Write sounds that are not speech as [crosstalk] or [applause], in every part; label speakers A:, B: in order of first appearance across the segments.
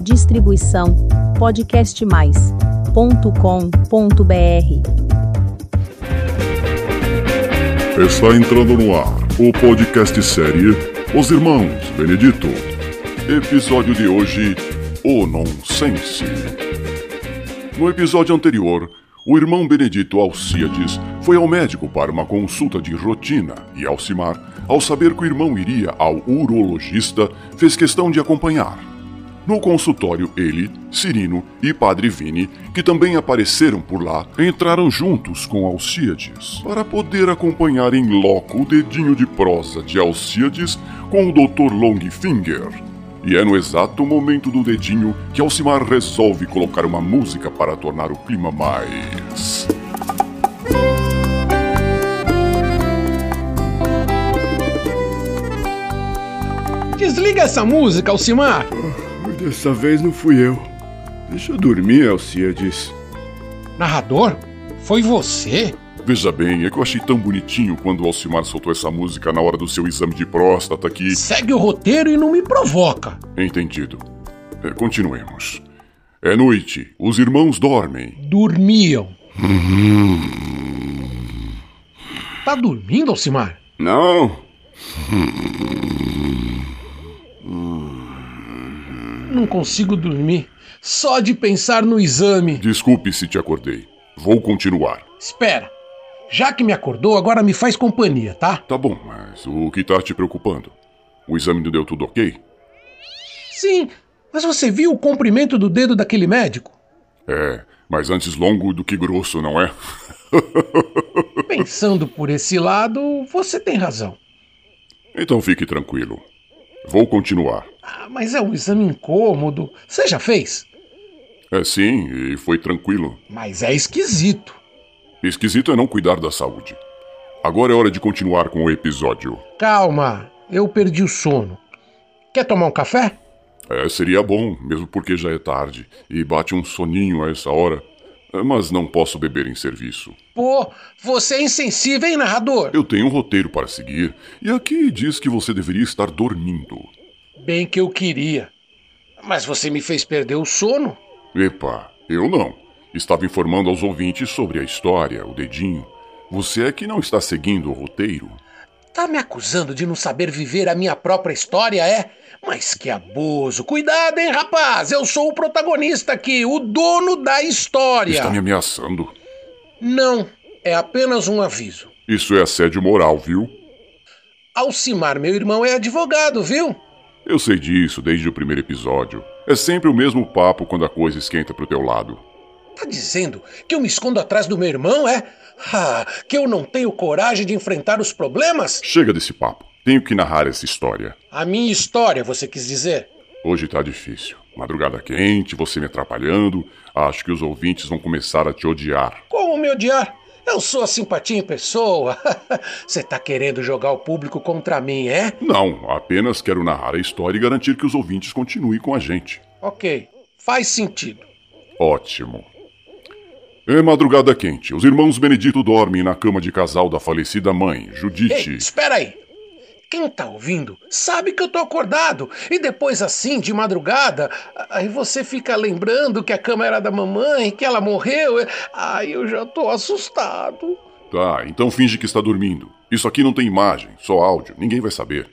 A: Distribuição podcastmais.com.br.
B: Está entrando no ar o podcast série Os Irmãos Benedito. Episódio de hoje: O Nonsense. No episódio anterior, o irmão Benedito Alcíades foi ao médico para uma consulta de rotina e Alcimar, ao saber que o irmão iria ao urologista, fez questão de acompanhar. No consultório, ele, Cirino e Padre Vini, que também apareceram por lá, entraram juntos com Alcíades para poder acompanhar em loco o dedinho de prosa de Alcíades com o Dr. Longfinger, e é no exato momento do dedinho que Alcimar resolve colocar uma música para tornar o clima mais.
C: Desliga essa música, Alcimar!
D: Dessa vez não fui eu. Deixa eu dormir, Alcides.
C: Narrador, foi você?
B: Veja bem, é que eu achei tão bonitinho quando o Alcimar soltou essa música na hora do seu exame de próstata que.
C: Segue o roteiro e não me provoca.
B: Entendido. É, continuemos. É noite, os irmãos dormem.
C: Dormiam. Tá dormindo, Alcimar?
D: Não,
C: Não consigo dormir. Só de pensar no exame.
B: Desculpe se te acordei. Vou continuar.
C: Espera. Já que me acordou, agora me faz companhia, tá?
B: Tá bom, mas o que tá te preocupando? O exame não deu tudo ok?
C: Sim, mas você viu o comprimento do dedo daquele médico?
B: É, mas antes longo do que grosso, não é?
C: Pensando por esse lado, você tem razão.
B: Então fique tranquilo. Vou continuar.
C: Ah, mas é um exame incômodo. Você já fez?
B: É sim, e foi tranquilo.
C: Mas é esquisito.
B: Esquisito é não cuidar da saúde. Agora é hora de continuar com o episódio.
C: Calma, eu perdi o sono. Quer tomar um café?
B: É, seria bom, mesmo porque já é tarde e bate um soninho a essa hora. É, Mas não posso beber em serviço.
C: Pô, você é insensível, hein, narrador?
B: Eu tenho um roteiro para seguir e aqui diz que você deveria estar dormindo.
C: Bem que eu queria. Mas você me fez perder o sono.
B: Epa, eu não. Estava informando aos ouvintes sobre a história, o dedinho. Você é que não está seguindo o roteiro.
C: Tá me acusando de não saber viver a minha própria história, é? Mas que abuso! Cuidado, hein, rapaz! Eu sou o protagonista aqui, o dono da história!
B: Está me ameaçando.
C: Não, é apenas um aviso.
B: Isso é assédio moral, viu?
C: Alcimar, meu irmão, é advogado, viu?
B: Eu sei disso desde o primeiro episódio. É sempre o mesmo papo quando a coisa esquenta pro teu lado.
C: Tá dizendo que eu me escondo atrás do meu irmão, é? Ah, que eu não tenho coragem de enfrentar os problemas?
B: Chega desse papo. Tenho que narrar essa história.
C: A minha história, você quis dizer?
B: Hoje tá difícil. Madrugada quente, você me atrapalhando. Acho que os ouvintes vão começar a te odiar.
C: Como me odiar? Eu sou a simpatia em pessoa. [laughs] Você tá querendo jogar o público contra mim, é?
B: Não, apenas quero narrar a história e garantir que os ouvintes continuem com a gente.
C: Ok, faz sentido.
B: Ótimo. É madrugada quente. Os irmãos Benedito dormem na cama de casal da falecida mãe, Judite.
C: Ei, espera aí. Quem tá ouvindo sabe que eu tô acordado. E depois, assim, de madrugada, a- aí você fica lembrando que a cama era da mamãe, que ela morreu. e- Ai, eu já tô assustado.
B: Tá, então finge que está dormindo. Isso aqui não tem imagem, só áudio, ninguém vai saber.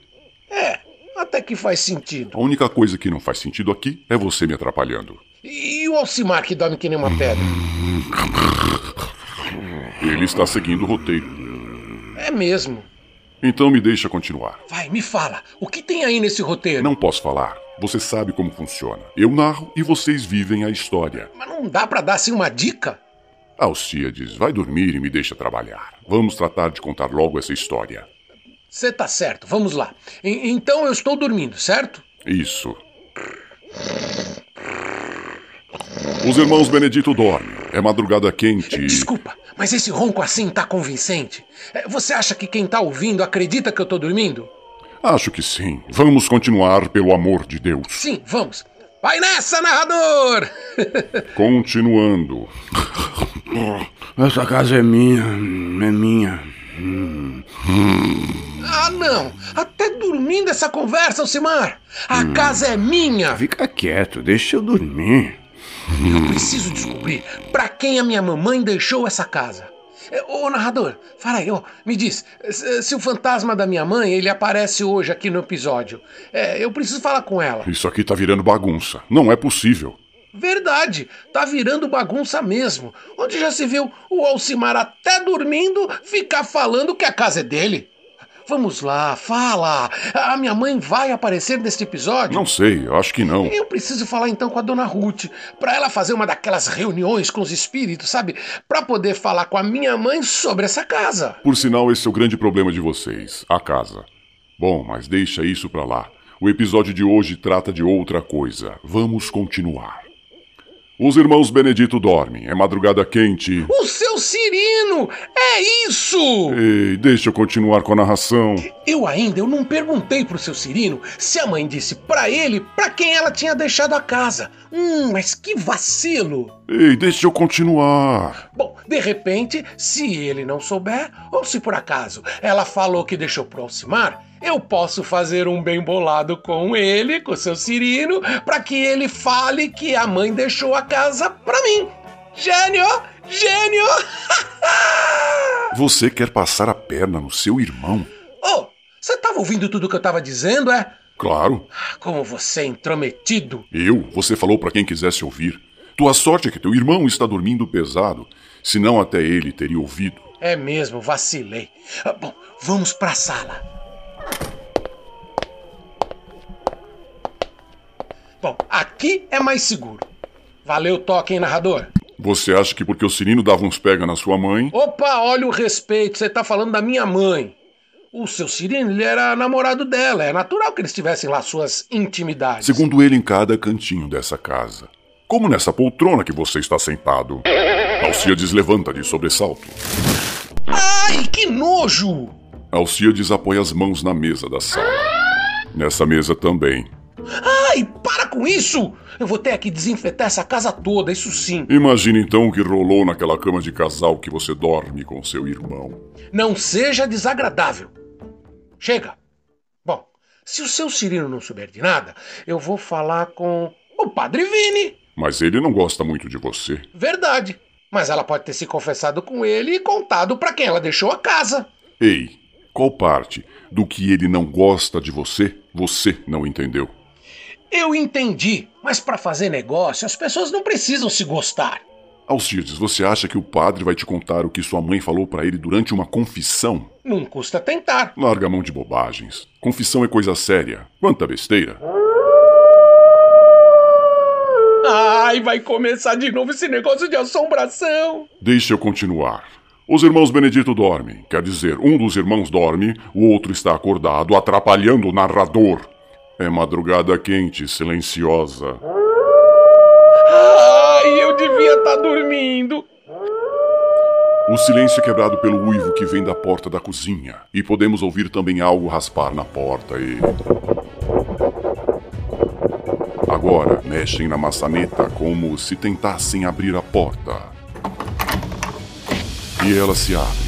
C: É, até que faz sentido.
B: A única coisa que não faz sentido aqui é você me atrapalhando.
C: E o Alcimar que dorme que nem uma pedra?
B: Ele está seguindo o roteiro.
C: É mesmo.
B: Então me deixa continuar.
C: Vai, me fala. O que tem aí nesse roteiro?
B: Não posso falar. Você sabe como funciona. Eu narro e vocês vivem a história.
C: Mas não dá pra dar assim uma dica?
B: Alcíades, vai dormir e me deixa trabalhar. Vamos tratar de contar logo essa história.
C: Você tá certo, vamos lá. E- então eu estou dormindo, certo?
B: Isso. Os irmãos Benedito dormem. É madrugada quente.
C: Desculpa, mas esse ronco assim tá convincente. É, Você acha que quem tá ouvindo acredita que eu tô dormindo?
B: Acho que sim. Vamos continuar, pelo amor de Deus.
C: Sim, vamos. Vai nessa, narrador! [laughs]
B: Continuando.
D: Essa casa é minha, é minha.
C: Ah, não! Até dormindo essa conversa, Alcimar! A casa é minha!
D: Fica quieto, deixa eu dormir.
C: Eu preciso descobrir pra quem a minha mamãe deixou essa casa. É, Ô, narrador, fala aí, ô, me diz, se se o fantasma da minha mãe, ele aparece hoje aqui no episódio, é, eu preciso falar com ela.
B: Isso aqui tá virando bagunça. Não é possível.
C: Verdade, tá virando bagunça mesmo. Onde já se viu o Alcimar até dormindo ficar falando que a casa é dele? Vamos lá, fala! A minha mãe vai aparecer neste episódio?
B: Não sei, eu acho que não.
C: Eu preciso falar então com a dona Ruth, pra ela fazer uma daquelas reuniões com os espíritos, sabe? Pra poder falar com a minha mãe sobre essa casa.
B: Por sinal, esse é o grande problema de vocês, a casa. Bom, mas deixa isso pra lá. O episódio de hoje trata de outra coisa. Vamos continuar. Os irmãos Benedito dormem. É madrugada quente.
C: O seu Cirino! É isso!
B: Ei, deixa eu continuar com a narração.
C: Eu ainda eu não perguntei pro seu Cirino se a mãe disse pra ele pra quem ela tinha deixado a casa. Hum, mas que vacilo!
B: Ei, deixa eu continuar.
C: Bom, de repente, se ele não souber, ou se por acaso ela falou que deixou pro Alcimar, eu posso fazer um bem bolado com ele, com o seu Cirino, pra que ele fale que a mãe deixou a casa pra mim. Gênio! Gênio! [laughs]
B: Você quer passar a perna no seu irmão?
C: oh, você tava ouvindo tudo que eu tava dizendo, é?
B: Claro.
C: Ah, Como você é intrometido!
B: Eu? Você falou pra quem quisesse ouvir. Tua sorte é que teu irmão está dormindo pesado, senão até ele teria ouvido.
C: É mesmo, vacilei. Ah, Bom, vamos pra sala. Bom, aqui é mais seguro. Valeu, toque, hein, narrador?
B: Você acha que porque o Cirino dava uns pega na sua mãe?
C: Opa, olha o respeito, você tá falando da minha mãe. O seu Cirino, ele era namorado dela, é natural que eles tivessem lá suas intimidades.
B: Segundo ele, em cada cantinho dessa casa. Como nessa poltrona que você está sentado. Alcides levanta de sobressalto.
C: Ai, que nojo!
B: Alcides apoia as mãos na mesa da sala. Nessa mesa também.
C: Ai, para com isso! Eu vou ter que desinfetar essa casa toda, isso sim.
B: Imagina então o que rolou naquela cama de casal que você dorme com seu irmão.
C: Não seja desagradável. Chega. Bom, se o seu Cirino não souber de nada, eu vou falar com o Padre Vini.
B: Mas ele não gosta muito de você.
C: Verdade. Mas ela pode ter se confessado com ele e contado pra quem ela deixou a casa.
B: Ei, qual parte do que ele não gosta de você, você não entendeu?
C: Eu entendi, mas pra fazer negócio as pessoas não precisam se gostar.
B: Alcides, você acha que o padre vai te contar o que sua mãe falou pra ele durante uma confissão?
C: Não custa tentar.
B: Larga a mão de bobagens. Confissão é coisa séria. Quanta besteira.
C: Ai, vai começar de novo esse negócio de assombração.
B: Deixa eu continuar. Os irmãos Benedito dormem. Quer dizer, um dos irmãos dorme, o outro está acordado, atrapalhando o narrador. É madrugada quente, silenciosa.
C: Ai, eu devia estar dormindo.
B: O silêncio é quebrado pelo uivo que vem da porta da cozinha. E podemos ouvir também algo raspar na porta e. Agora, mexem na maçaneta como se tentassem abrir a porta. E ela se abre.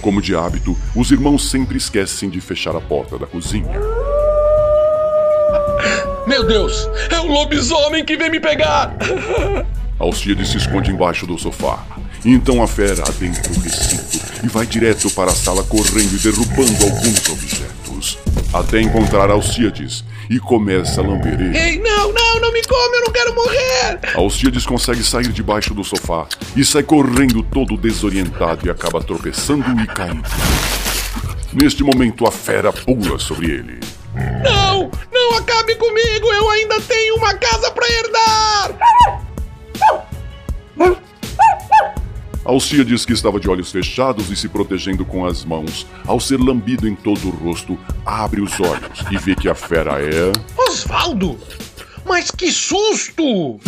B: Como de hábito, os irmãos sempre esquecem de fechar a porta da cozinha.
C: Meu Deus, é um lobisomem que vem me pegar.
B: Alcides se esconde embaixo do sofá. Então a fera adentra o recinto e vai direto para a sala correndo e derrubando alguns objetos. Até encontrar Alcides e começa a lamber ele.
C: Ei, não, não, não me come, eu não quero morrer.
B: Alcides consegue sair debaixo do sofá e sai correndo todo desorientado e acaba tropeçando e caindo. Neste momento, a fera pula sobre ele.
C: Não, não acabe comigo, eu ainda tenho uma casa pra herdar.
B: Alcides, que estava de olhos fechados e se protegendo com as mãos, ao ser lambido em todo o rosto, abre os olhos e vê que a fera é.
C: Osvaldo, mas que susto!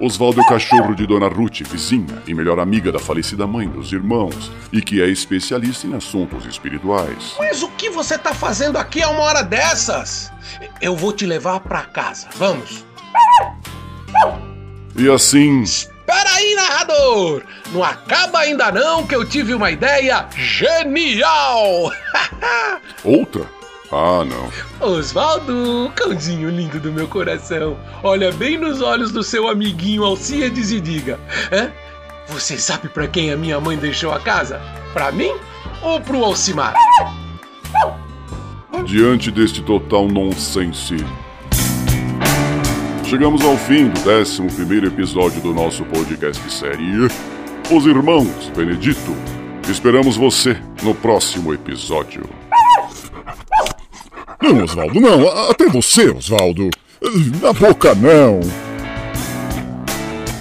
B: Osvaldo é o cachorro de Dona Ruth, vizinha e melhor amiga da falecida mãe dos irmãos, e que é especialista em assuntos espirituais.
C: Mas o que você tá fazendo aqui a uma hora dessas? Eu vou te levar pra casa, vamos.
B: E assim.
C: Espera aí, Ei, narrador! Não acaba ainda não que eu tive uma ideia genial!
B: Outra? Ah, não.
C: Osvaldo, cãozinho lindo do meu coração, olha bem nos olhos do seu amiguinho Alcides e diga: Hã? Você sabe pra quem a minha mãe deixou a casa? Pra mim ou pro Alcimar?
B: Diante deste total nonsense, chegamos ao fim do 11 episódio do nosso podcast série Os Irmãos Benedito. Esperamos você no próximo episódio. Não, Osvaldo, não. A- Até você, Osvaldo. Na boca, não.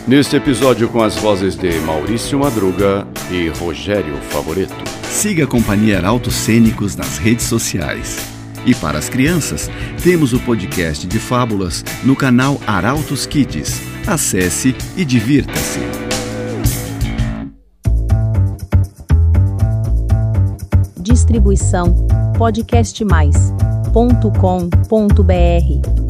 E: Neste episódio com as vozes de Maurício Madruga e Rogério Favoreto.
F: Siga a Companhia Arautos Cênicos nas redes sociais. E para as crianças, temos o podcast de fábulas no canal Arautos Kids. Acesse e divirta-se.
A: Distribuição podcastmais.com.br